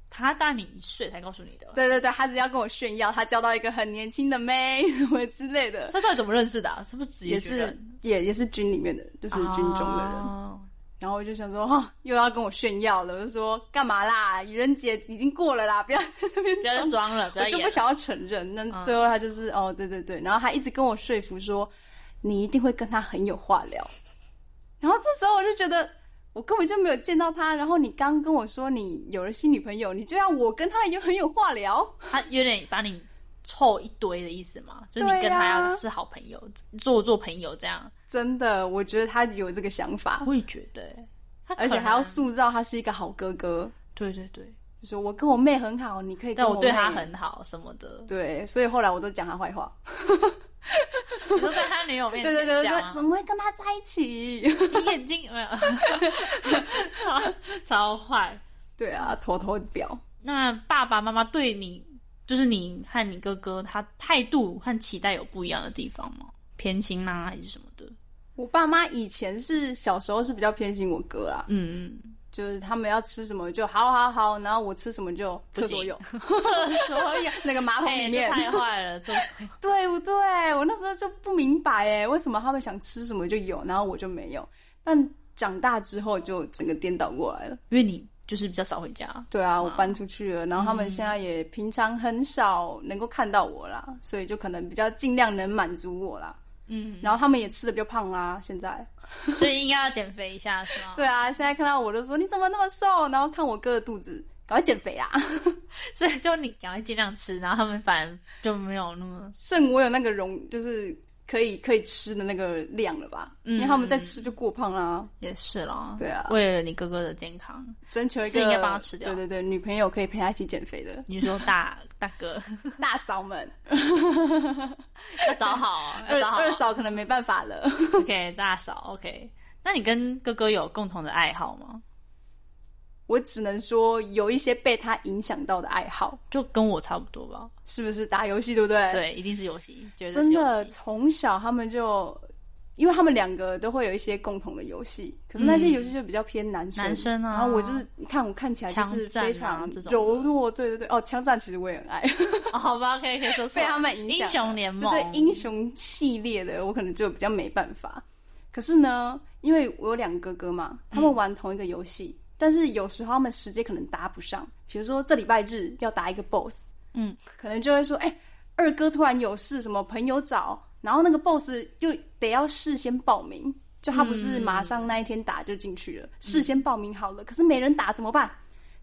[SPEAKER 1] 他大你一岁才告诉你的。
[SPEAKER 2] 对对对，他只要跟我炫耀他交到一个很年轻的妹 <laughs> 什么之类的，
[SPEAKER 1] 所以到底怎么认识的、啊？是不是职业
[SPEAKER 2] 也
[SPEAKER 1] 军
[SPEAKER 2] 是
[SPEAKER 1] 人
[SPEAKER 2] 也也是军里面的，就是军中的人。
[SPEAKER 1] 哦
[SPEAKER 2] 然后我就想说， <laughs> 哦，又要跟我炫耀了，我就说干嘛啦？愚人节已经过了啦，不要在那边
[SPEAKER 1] 不要再
[SPEAKER 2] 装。
[SPEAKER 1] 装了，不
[SPEAKER 2] 我
[SPEAKER 1] 要
[SPEAKER 2] 就
[SPEAKER 1] 演
[SPEAKER 2] 不
[SPEAKER 1] 了。
[SPEAKER 2] 想要承认。那
[SPEAKER 1] 嗯
[SPEAKER 2] 最后他就是、哦，对对对，然后他一直跟我说服说，你一定会跟他很有话聊。然后这时候我就觉得，我根本就没有见到他。然后你刚跟我说你有了新女朋友，你就要我跟他有很有话聊。
[SPEAKER 1] 他有点把你凑一堆的意思嘛，就是你
[SPEAKER 2] 对
[SPEAKER 1] 跟他
[SPEAKER 2] 呀
[SPEAKER 1] 要是好朋友，做做朋友这样。
[SPEAKER 2] 真的，我觉得他有这个想法，
[SPEAKER 1] 我也觉得欸，他
[SPEAKER 2] 而且
[SPEAKER 1] 可能
[SPEAKER 2] 还要塑造他是一个好哥哥，
[SPEAKER 1] 对对对，
[SPEAKER 2] 就说我跟我妹很好，你可以跟
[SPEAKER 1] 但我
[SPEAKER 2] 妹
[SPEAKER 1] 对他很好什么 <laughs> 的，
[SPEAKER 2] 对，所以后来我都讲他坏话。
[SPEAKER 1] 你说在他女友面
[SPEAKER 2] 对对
[SPEAKER 1] 前啊
[SPEAKER 2] 对
[SPEAKER 1] 这
[SPEAKER 2] 对，
[SPEAKER 1] 样
[SPEAKER 2] 怎
[SPEAKER 1] 吗，
[SPEAKER 2] 么会跟他在一起？
[SPEAKER 1] <laughs>
[SPEAKER 2] <laughs>
[SPEAKER 1] 你眼睛没有，超超坏。
[SPEAKER 2] 对啊，头头表。
[SPEAKER 1] 那爸爸妈妈对你，就是你和你哥哥，他态度和期待有不一样的地方吗？偏心啦、还是什么的？
[SPEAKER 2] 我爸妈以前是小时候是比较偏心我哥啦，
[SPEAKER 1] 嗯， <laughs>
[SPEAKER 2] 就是他们要吃什么就好好好，然后我吃什么就厕所有，
[SPEAKER 1] 厕所有
[SPEAKER 2] <laughs> 那个马桶里
[SPEAKER 1] 哎，这
[SPEAKER 2] 面，
[SPEAKER 1] 太坏了，厕所
[SPEAKER 2] <laughs> 对不对？我那时候就不明白哎，为什么他们想吃什么就有，然后我就没有。但长大之后就整个颠倒过来了。
[SPEAKER 1] 因为你就是比较少回家，
[SPEAKER 2] 对啊，我搬出去了，然后他们现在也平常很少能够看到我啦，所以就可能比较尽量能满足我啦。
[SPEAKER 1] 嗯，
[SPEAKER 2] 然后他们也吃的比较胖啦，现在。
[SPEAKER 1] 所以应该要减肥一下，是 <laughs> 吗？
[SPEAKER 2] 对啊，现在看到我都说你怎么那么瘦，然后看我哥的肚子，赶快减肥啊！ <laughs>
[SPEAKER 1] 所以就你赶快尽量吃，然后他们反而就没有那么
[SPEAKER 2] 剩我有那个容，就是可以可以吃的那个量了吧？
[SPEAKER 1] 嗯
[SPEAKER 2] 因为他们再吃就过胖啦。
[SPEAKER 1] 也是啦。
[SPEAKER 2] 对啊
[SPEAKER 1] 为了你哥哥的健康，
[SPEAKER 2] 征求一
[SPEAKER 1] 是
[SPEAKER 2] 个
[SPEAKER 1] 应该帮他吃掉
[SPEAKER 2] 对对对，女朋友可以陪他一起减肥的
[SPEAKER 1] 你说大 <laughs> 大 <laughs> 哥
[SPEAKER 2] 大嫂们，
[SPEAKER 1] 要找好哦，要
[SPEAKER 2] 二
[SPEAKER 1] 找好哦。
[SPEAKER 2] 二嫂可能没办法了。 <laughs>
[SPEAKER 1] OK，大嫂 OK。那你跟哥哥有共同的爱好吗？
[SPEAKER 2] 我只能说有一些被他影响到的爱好，
[SPEAKER 1] 就跟我差不多吧。
[SPEAKER 2] 是不是打游戏对不对？，
[SPEAKER 1] 对，一定是游戏，绝对是
[SPEAKER 2] 呃真的
[SPEAKER 1] 游戏
[SPEAKER 2] 从小他们就。因为他们两个都会有一些共同的游戏，可是那些
[SPEAKER 1] 嗯
[SPEAKER 2] 游戏就比较偏男生。
[SPEAKER 1] 男生啊
[SPEAKER 2] 然后我就是，你看我看起来就
[SPEAKER 1] 枪
[SPEAKER 2] 是
[SPEAKER 1] 战啊
[SPEAKER 2] 非常
[SPEAKER 1] 这种
[SPEAKER 2] 柔弱，对对对，哦，枪战其实我也
[SPEAKER 1] <laughs>
[SPEAKER 2] 很爱。
[SPEAKER 1] 哦好吧，可以可以说出
[SPEAKER 2] 被
[SPEAKER 1] 来。
[SPEAKER 2] 他们影响啊
[SPEAKER 1] 英雄联盟
[SPEAKER 2] 对哦英雄系列的，我可能就比较没办法。可是呢，因为我有两个哥哥嘛，他们玩同一个游戏，但是有时候他们时间可能搭不上，比如说这礼拜日要打一个 BOSS，
[SPEAKER 1] 嗯，
[SPEAKER 2] 可能就会说，哎、二哥突然有事，什么朋友找，然后那个 BOSS 又得要事先报名，就他不是马上那一天打就进去了，事先报名好了，可是没人打怎么办？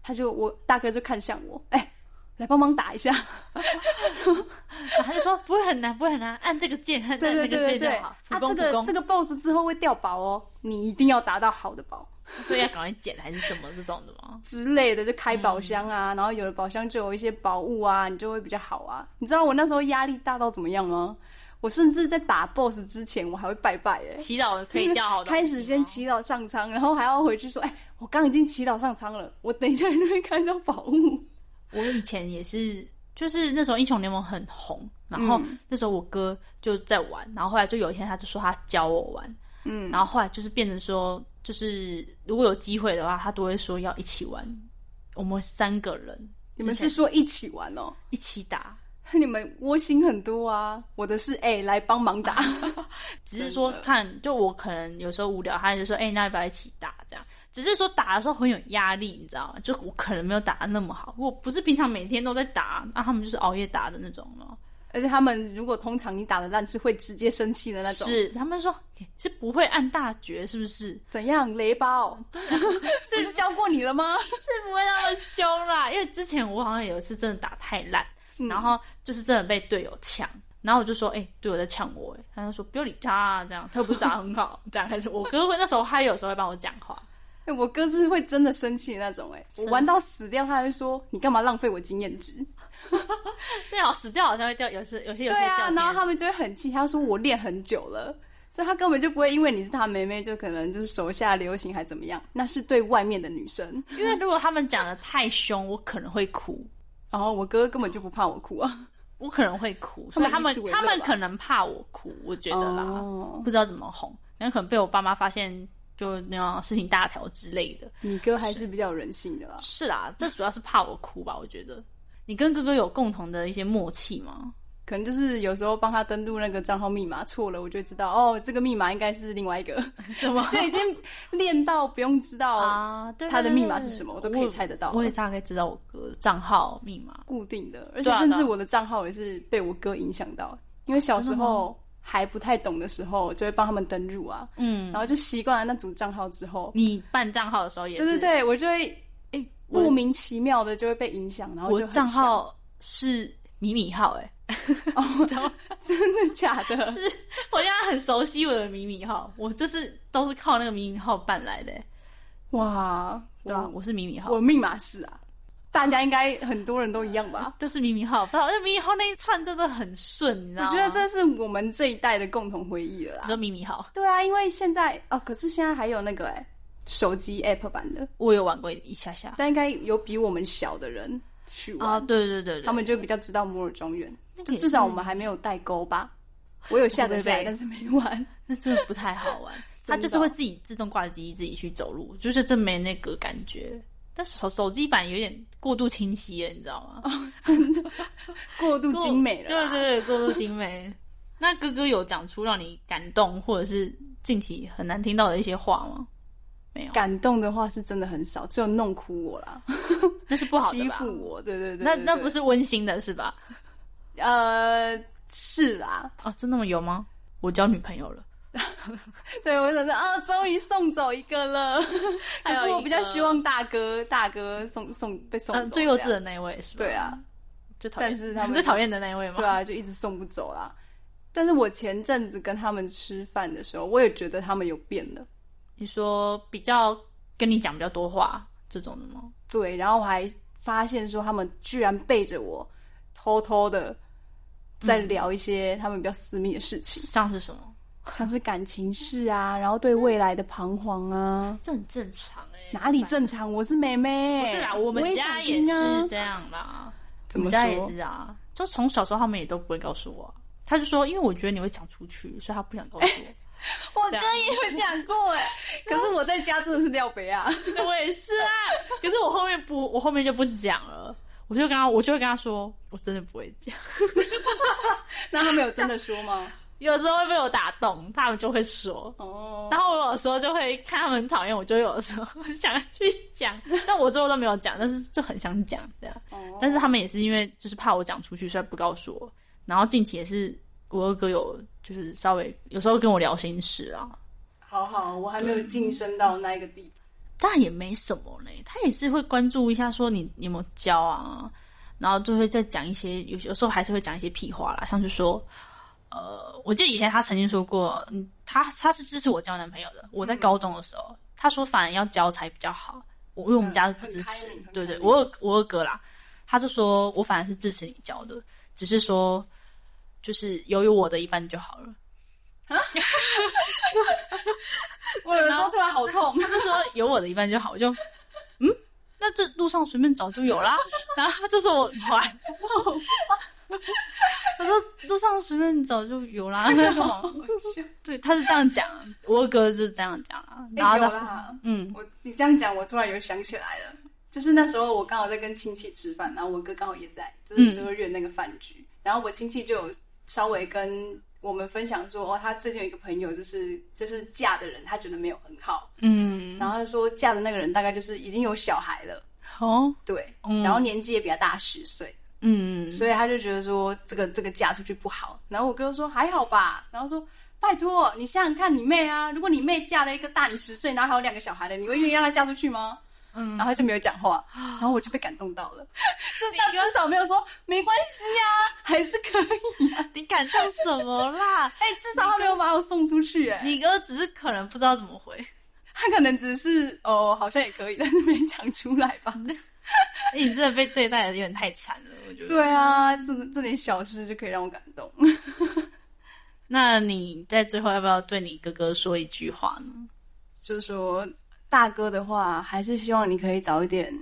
[SPEAKER 2] 他就我大哥就看向我，哎、来帮忙打一下，
[SPEAKER 1] 啊他就说不会很难，不会很难，按这个键，按按
[SPEAKER 2] <laughs> 对
[SPEAKER 1] 这
[SPEAKER 2] 对对
[SPEAKER 1] 个
[SPEAKER 2] 对对，
[SPEAKER 1] 键就
[SPEAKER 2] 啊
[SPEAKER 1] 好，，普攻
[SPEAKER 2] 这
[SPEAKER 1] 普
[SPEAKER 2] 个
[SPEAKER 1] 攻
[SPEAKER 2] 这，个 boss 之后会掉宝哦，你一定要达到好的宝
[SPEAKER 1] 所以要赶快捡还是什么这种的吗？
[SPEAKER 2] 之类的，就开宝箱啊，然后有的宝箱就有一些宝物啊，你就会比较好啊。你知道我那时候压力大到怎么样吗？我甚至在打 boss 之前，我还会拜拜哎、
[SPEAKER 1] 祈祷可以掉好的。
[SPEAKER 2] 开始先祈祷上苍，然后还要回去说，哎、我刚已经祈祷上苍了，我等一下就会看到宝物。
[SPEAKER 1] 我以前也是，就是那时候英雄联盟很红，然后
[SPEAKER 2] 嗯
[SPEAKER 1] 那时候我哥就在玩，然后后来就有一天他就说他教我玩，
[SPEAKER 2] 嗯，
[SPEAKER 1] 然后后来就是变成说，就是如果有机会的话，他都会说要一起玩，我们三个人
[SPEAKER 2] 你们是说一起玩哦？
[SPEAKER 1] 一起打，
[SPEAKER 2] 你们窝心很多啊！我的是哎、来帮忙
[SPEAKER 1] <laughs>
[SPEAKER 2] 打。
[SPEAKER 1] 只是说看，就我可能有时候无聊，他就说，哎、那要不要一起打？这样，只是说打的时候很有压力，你知道吗？就我可能没有打的那么好，我不是平常每天都在打，那、他们就是熬夜打的那种了。
[SPEAKER 2] 而且他们如果通常你打的烂是会直接生气的那种，
[SPEAKER 1] 是，他们说你是不会按大绝，是不是？
[SPEAKER 2] 怎样雷包？
[SPEAKER 1] 啊
[SPEAKER 2] <laughs> 这是教过你
[SPEAKER 1] <laughs>
[SPEAKER 2] 了吗？
[SPEAKER 1] 是不会那么凶啦，因为之前我好像有一次真的打太烂，然后就是真的被队友呛，然后我就说，哎、队友在呛我、 <laughs> 哎，他就说不要理他、啊，这样他又不是打得很好，这样开始。我哥会那时候他有时候会帮我讲话，
[SPEAKER 2] 哎我哥是会真的生气的那种、哎，我玩到死掉，他还会说你干嘛浪费我经验值？
[SPEAKER 1] 对啊，死掉好像会掉，有时有些有
[SPEAKER 2] 对
[SPEAKER 1] 些掉
[SPEAKER 2] 啊，
[SPEAKER 1] 边。
[SPEAKER 2] 然后他们就会很气，他说我练很久了，所以他根本就不会因为你是他妹妹就可能就是手下留情还怎么样，那是对外面的女生。
[SPEAKER 1] 因为如果他们讲的太凶，我可能会哭，
[SPEAKER 2] 然后我哥根本就不怕我哭啊，
[SPEAKER 1] 我可能会哭，
[SPEAKER 2] 他
[SPEAKER 1] 所以
[SPEAKER 2] 们
[SPEAKER 1] 他们
[SPEAKER 2] 以此为乐
[SPEAKER 1] 他们
[SPEAKER 2] 吧
[SPEAKER 1] 可能怕我哭，我觉得啦，
[SPEAKER 2] 哦
[SPEAKER 1] 不知道怎么哄，然后可能被我爸妈发现，就那样事情大条之类的。
[SPEAKER 2] 你哥还是比较有人性的啦。
[SPEAKER 1] 是啦，这主要是怕我哭吧，我觉得。你跟哥哥有共同的一些默契吗？
[SPEAKER 2] 可能就是有时候帮他登录那个账号密码错了，我就会知道哦，这个密码应该是另外一个。 <laughs>
[SPEAKER 1] 什么
[SPEAKER 2] 对，已经练到不用知道
[SPEAKER 1] <laughs> 啊？对，
[SPEAKER 2] 他的
[SPEAKER 1] 对对
[SPEAKER 2] 密码
[SPEAKER 1] 对
[SPEAKER 2] 是什么我都可以猜得到
[SPEAKER 1] 我也大概知道我哥账号密码。
[SPEAKER 2] 固定的，而
[SPEAKER 1] 对
[SPEAKER 2] 且
[SPEAKER 1] 啊
[SPEAKER 2] 甚至
[SPEAKER 1] 对啊
[SPEAKER 2] 我的账号也是被我哥影响到，因为小时候还不太懂的时候，就会帮他们登入啊，
[SPEAKER 1] 嗯，
[SPEAKER 2] 然后就习惯了那组账号之后，
[SPEAKER 1] 你办账号的时候也
[SPEAKER 2] 对
[SPEAKER 1] 是，
[SPEAKER 2] 对对，我就会
[SPEAKER 1] 对，哎、我
[SPEAKER 2] 莫名其妙的就会被影响，然后
[SPEAKER 1] 我
[SPEAKER 2] 就很
[SPEAKER 1] 账
[SPEAKER 2] 想
[SPEAKER 1] 号是米米号、哎。
[SPEAKER 2] <laughs> 真的假的？
[SPEAKER 1] <laughs> 我现在很熟悉我的迷你号，我就是都是靠那个迷你号办来的、欸
[SPEAKER 2] 哇，
[SPEAKER 1] 对啊吧、
[SPEAKER 2] 我
[SPEAKER 1] 我是迷你号，
[SPEAKER 2] 我密码是啊，大家应该很多人都一样吧？
[SPEAKER 1] 就是迷你号，不知道那迷你号那一串真的很顺，你知道啊
[SPEAKER 2] 我
[SPEAKER 1] 吗？
[SPEAKER 2] 觉得这是我们这一代的共同回忆了
[SPEAKER 1] 你
[SPEAKER 2] 啦。
[SPEAKER 1] 说迷你号，
[SPEAKER 2] 对啊，因为现在哦，可是现在还有那个哎、手机 app 版的，
[SPEAKER 1] 我有玩过一下 <laughs> 下
[SPEAKER 2] 但应该有比我们小的人去玩，
[SPEAKER 1] 啊，对对对对，
[SPEAKER 2] 他们就比较知道摩尔庄园，
[SPEAKER 1] 那个
[SPEAKER 2] 就
[SPEAKER 1] 也
[SPEAKER 2] 至少我们还没有代沟吧。我有下载下来，
[SPEAKER 1] 会不会被
[SPEAKER 2] 但是没玩。
[SPEAKER 1] 那真的不太好
[SPEAKER 2] <laughs>
[SPEAKER 1] 玩，它
[SPEAKER 2] 真的
[SPEAKER 1] 就是会自己自动挂着机自己去走路，就是真没那个感觉。但手手机版有点过度清晰了，你知道吗？
[SPEAKER 2] 过度
[SPEAKER 1] 过
[SPEAKER 2] 哦精美了
[SPEAKER 1] 对
[SPEAKER 2] 啦，
[SPEAKER 1] 对对，过度精美。那哥哥有讲出让你感动，或者是近期很难听到的一些话吗？没有，
[SPEAKER 2] 感动的话是真的很少，只有弄哭我 <laughs> 啦，
[SPEAKER 1] 那是不好的
[SPEAKER 2] 欺
[SPEAKER 1] 吧？
[SPEAKER 2] 负我，对对对
[SPEAKER 1] 那
[SPEAKER 2] 对
[SPEAKER 1] 那
[SPEAKER 2] 对
[SPEAKER 1] 不是温馨的是吧？
[SPEAKER 2] 呃是啦， <laughs>
[SPEAKER 1] 哦，真的吗？有吗？我交女朋友了，
[SPEAKER 2] 对我想说啊，终于送走一个 <laughs> 了，
[SPEAKER 1] 还
[SPEAKER 2] 可
[SPEAKER 1] 有
[SPEAKER 2] 是我
[SPEAKER 1] 一
[SPEAKER 2] 比较
[SPEAKER 1] 个
[SPEAKER 2] 希望大哥大哥送送被送
[SPEAKER 1] 嗯、
[SPEAKER 2] 走，
[SPEAKER 1] 最幼稚
[SPEAKER 2] 这
[SPEAKER 1] 的
[SPEAKER 2] 样，
[SPEAKER 1] 那一位是吧？
[SPEAKER 2] 对啊，
[SPEAKER 1] 最讨厌，
[SPEAKER 2] 但是他们
[SPEAKER 1] 最讨厌的那一位嘛。
[SPEAKER 2] 对啊，就一直送不走啦。但是我前阵子跟他们吃饭的时候，我也觉得他们有变了。
[SPEAKER 1] 你说比较跟你讲比较多话这种的吗？
[SPEAKER 2] 对，然后我还发现说他们居然背着我，偷偷的在聊一些他们比较私密的事情，
[SPEAKER 1] 像是什么？
[SPEAKER 2] 像是感情事啊，然后对未来的彷徨啊。
[SPEAKER 1] 这很正常哎、
[SPEAKER 2] 哪里正常？我是妹妹，
[SPEAKER 1] 不是啦，我们
[SPEAKER 2] 也
[SPEAKER 1] 家
[SPEAKER 2] 想
[SPEAKER 1] 也
[SPEAKER 2] 听啊
[SPEAKER 1] 是这样啦。
[SPEAKER 2] 怎么
[SPEAKER 1] 我们家也
[SPEAKER 2] 说？
[SPEAKER 1] 是啊，就从小时候他们也都不会告诉我啊、他就说因为我觉得你会讲出去，所以他不想告诉
[SPEAKER 2] <laughs>
[SPEAKER 1] 我。
[SPEAKER 2] 我
[SPEAKER 1] 这
[SPEAKER 2] 哥
[SPEAKER 1] 样
[SPEAKER 2] 也有讲过哎， <laughs> 可是我在家真的是廖北啊， <laughs>
[SPEAKER 1] 我也是啊， <laughs> 可是我后面不，我后面就不讲了。我就跟他，我就会跟他说，我真的不会讲。
[SPEAKER 2] 那他们有真的
[SPEAKER 1] <laughs>
[SPEAKER 2] 说吗？
[SPEAKER 1] 有时候会被我打动，他们就会说。
[SPEAKER 2] 哦，
[SPEAKER 1] 然后我有时候就会看他们很讨厌，我就有时候很想去讲，但我最后都没有讲，但是就很想讲这样。但是他们也是因为就是怕我讲出去，所以不告诉我。然后近期也是我二哥有就是稍微有时候跟我聊心事啊，
[SPEAKER 2] 好好，我还没有晋升到那一个地步。
[SPEAKER 1] 但也没什么嘞，他也是会关注一下说你你有没有交啊，然后就会再讲一些有有时候还是会讲一些屁话啦，像是说，呃，我记得以前他曾经说过，嗯，他他是支持我交男朋友的，我在高中的时候，他说反而要交才比较好，我因为我们家
[SPEAKER 2] 嗯
[SPEAKER 1] 不支持
[SPEAKER 2] 很开明，很
[SPEAKER 1] 对对，
[SPEAKER 2] 开明
[SPEAKER 1] 我二我二哥啦，他就说我反而是支持你交的，只是说就是由于我的一半就好了。
[SPEAKER 2] 啊 <laughs>
[SPEAKER 1] <laughs>
[SPEAKER 2] 我耳朵突然好痛。
[SPEAKER 1] 他就说有我的一半就好，我就嗯，那这路上随便找就
[SPEAKER 2] <laughs>
[SPEAKER 1] 有啦。然后他就说我怀，我说路上随便找就有啦。 <laughs> 对，他是这样讲，我二哥就是这样讲啊。然
[SPEAKER 2] <laughs> 哎
[SPEAKER 1] 后
[SPEAKER 2] 有
[SPEAKER 1] 他、
[SPEAKER 2] 啦，
[SPEAKER 1] 嗯，
[SPEAKER 2] 我你这样讲，我突然有想起来了，就是那时候我刚好在跟亲戚吃饭，然后我哥刚好也在，
[SPEAKER 1] 嗯
[SPEAKER 2] 就是十二月那个饭局，然后我亲戚就有稍微跟我们分享说，哦，他最近有一个朋友，就是就是嫁的人，他觉得没有很好，
[SPEAKER 1] 嗯，
[SPEAKER 2] 然后他说嫁的那个人大概就是已经有小孩了，
[SPEAKER 1] 哦，
[SPEAKER 2] 对，
[SPEAKER 1] 嗯
[SPEAKER 2] 然后年纪也比他大十岁，
[SPEAKER 1] 嗯，
[SPEAKER 2] 所以他就觉得说这个这个嫁出去不好。然后我哥就说还好吧，然后说拜托你想想看你妹啊，如果你妹嫁了一个大你十岁，然后还有两个小孩的，你会愿意让她嫁出去吗？
[SPEAKER 1] 嗯
[SPEAKER 2] 然后他就没有讲话，然后我就被感动到了，就他至少没有说没关系呀、还是可以、 <laughs> 啊。
[SPEAKER 1] 你感动什么啦？ <laughs>
[SPEAKER 2] 哎、至少他没有把我送出去、哎，
[SPEAKER 1] 你哥只是可能不知道怎么回，
[SPEAKER 2] 他可能只是哦，好像也可以，但是没讲出来吧。
[SPEAKER 1] 哎你真的被对待的有点太惨了，我觉得。
[SPEAKER 2] 对啊，这这点小事就可以让我感动。 <laughs>
[SPEAKER 1] 那你在最后要不要对你哥哥说一句话呢？
[SPEAKER 2] 就是说，大哥的话，还是希望你可以早一点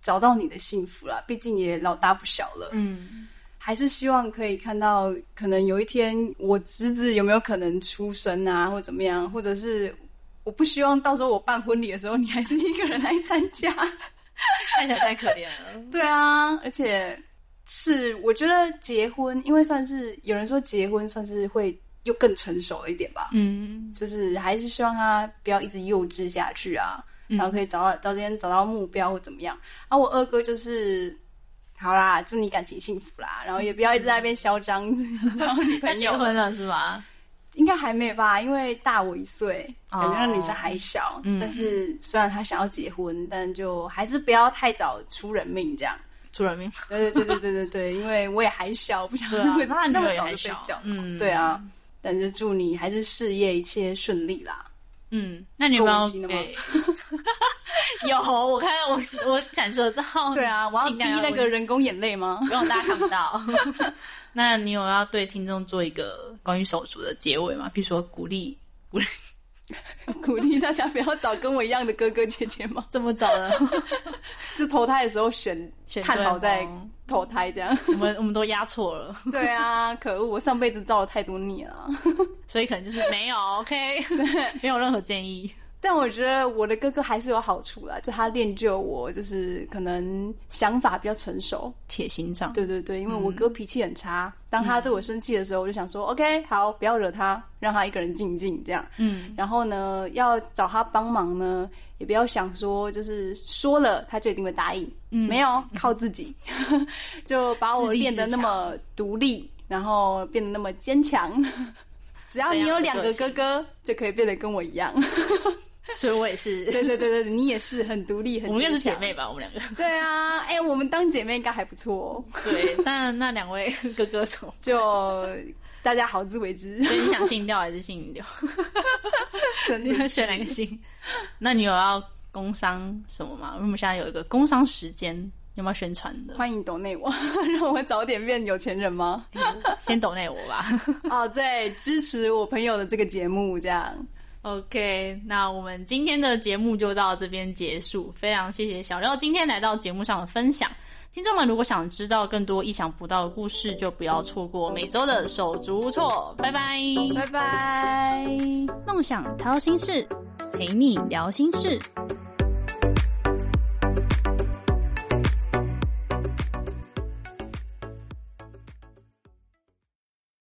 [SPEAKER 2] 找到你的幸福啦，毕竟也老大不小了。
[SPEAKER 1] 嗯，
[SPEAKER 2] 还是希望可以看到，可能有一天我侄子有没有可能出生啊，或怎么样，或者是我不希望到时候我办婚礼的时候，你还是一个人来参加。
[SPEAKER 1] 看起来太可怜了。
[SPEAKER 2] 对啊，而且是我觉得结婚，因为算是有人说结婚算是会又更成熟了一点吧，
[SPEAKER 1] 嗯，
[SPEAKER 2] 就是还是希望他不要一直幼稚下去啊，
[SPEAKER 1] 嗯
[SPEAKER 2] 然后可以找到到今天找到目标或怎么样。啊，我二哥就是。好啦，祝你感情幸福啦，然后也不要一直在那边嚣张，然后女
[SPEAKER 1] 他
[SPEAKER 2] 朋
[SPEAKER 1] 结 <laughs>
[SPEAKER 2] 友
[SPEAKER 1] 婚了是吧？
[SPEAKER 2] 应该还没吧，因为大我一岁，
[SPEAKER 1] 哦
[SPEAKER 2] 感觉那女生还小。
[SPEAKER 1] 嗯
[SPEAKER 2] 但是虽然她想要结婚，但就还是不要太早出人命这样。
[SPEAKER 1] 主人命。
[SPEAKER 2] 对对对对对对对，因为我也还小，不想
[SPEAKER 1] <laughs> 对
[SPEAKER 2] <laughs> 那
[SPEAKER 1] 啊
[SPEAKER 2] 么、，
[SPEAKER 1] 那女
[SPEAKER 2] 那么
[SPEAKER 1] 儿也
[SPEAKER 2] 早
[SPEAKER 1] 还
[SPEAKER 2] 就睡
[SPEAKER 1] 小
[SPEAKER 2] 觉。。
[SPEAKER 1] 嗯，
[SPEAKER 2] 对，啊，但就祝你还是事业一切顺利啦。
[SPEAKER 1] 嗯，那你有没
[SPEAKER 2] 够
[SPEAKER 1] 有
[SPEAKER 2] 温馨了吗
[SPEAKER 1] 给？ <laughs> 有，我看到我我感受到。
[SPEAKER 2] 对啊，我要
[SPEAKER 1] 尽
[SPEAKER 2] 滴
[SPEAKER 1] 量要
[SPEAKER 2] 那
[SPEAKER 1] 温
[SPEAKER 2] 个人工眼
[SPEAKER 1] <laughs>
[SPEAKER 2] 泪吗？
[SPEAKER 1] 不用大家看不到。 <laughs> 那你有要对听众做一个关于手足的结尾吗？比如说鼓励鼓励
[SPEAKER 2] 鼓励大家不要找跟我一样的哥哥姐姐吗？
[SPEAKER 1] 怎么找
[SPEAKER 2] <laughs>
[SPEAKER 1] 呢？
[SPEAKER 2] 就投胎的时候选
[SPEAKER 1] 选
[SPEAKER 2] 看好
[SPEAKER 1] 对
[SPEAKER 2] 再
[SPEAKER 1] 吗
[SPEAKER 2] 投胎
[SPEAKER 1] <laughs>
[SPEAKER 2] 这样。
[SPEAKER 1] 我们我们都压错了，
[SPEAKER 2] 对啊， <laughs> 可恶，我上辈子造了太多孽了。
[SPEAKER 1] 所以可能就是没有 OK，没 <laughs> 有任何建议。
[SPEAKER 2] 但我觉得我的哥哥还是有好处啦，就他练就我，就是可能想法比较成熟。
[SPEAKER 1] 铁心肠，
[SPEAKER 2] 对对对，因为我哥脾气很差，当他对我生气的时候，我就想说、o k 好，不要惹他，让他一个人静静这样。
[SPEAKER 1] 嗯，
[SPEAKER 2] 然后呢，要找他帮忙呢，也不要想说就是说了他就一定会答应，没有，靠自己， <laughs> 就把我
[SPEAKER 1] 自立
[SPEAKER 2] 练得
[SPEAKER 1] 自强
[SPEAKER 2] 那么独立，然后变得那么坚强。 <laughs> 只要你
[SPEAKER 1] 这样
[SPEAKER 2] 有
[SPEAKER 1] 的
[SPEAKER 2] 两
[SPEAKER 1] 个
[SPEAKER 2] 个哥
[SPEAKER 1] 性
[SPEAKER 2] 哥，就可以变得跟我一样。
[SPEAKER 1] 所以我也是，
[SPEAKER 2] <laughs> 对对对对，你也是很独立， <laughs> 很
[SPEAKER 1] 我们应该是
[SPEAKER 2] 坚
[SPEAKER 1] 姐
[SPEAKER 2] 强。
[SPEAKER 1] 妹吧，我们两个。
[SPEAKER 2] 对啊，哎、我们当姐妹应该还不错、哦，
[SPEAKER 1] 对，那那两位 <laughs> 哥哥什么？
[SPEAKER 2] 就大家好自为之。 <laughs>
[SPEAKER 1] 所以你想姓廖还是姓刘？<laughs>
[SPEAKER 2] 真
[SPEAKER 1] 你要
[SPEAKER 2] 的
[SPEAKER 1] 选哪个姓？那你有要工商什么吗？因为我们现在有一个工商时间，有没有宣传 <laughs> 的？
[SPEAKER 2] 欢迎抖内我， <laughs> 让我早点变有钱人吗？
[SPEAKER 1] 先抖内我吧。
[SPEAKER 2] 哦，对，支持我朋友的这个节目，这样
[SPEAKER 1] <laughs> OK，那我们今天的节目就到这边结束。非常谢谢小廖今天来到节目上的分享。听众们，如果想知道更多意想不到的故事，就不要错过每周的手足无措。拜拜，
[SPEAKER 2] 拜拜。
[SPEAKER 1] 梦想掏心事，陪你聊心事。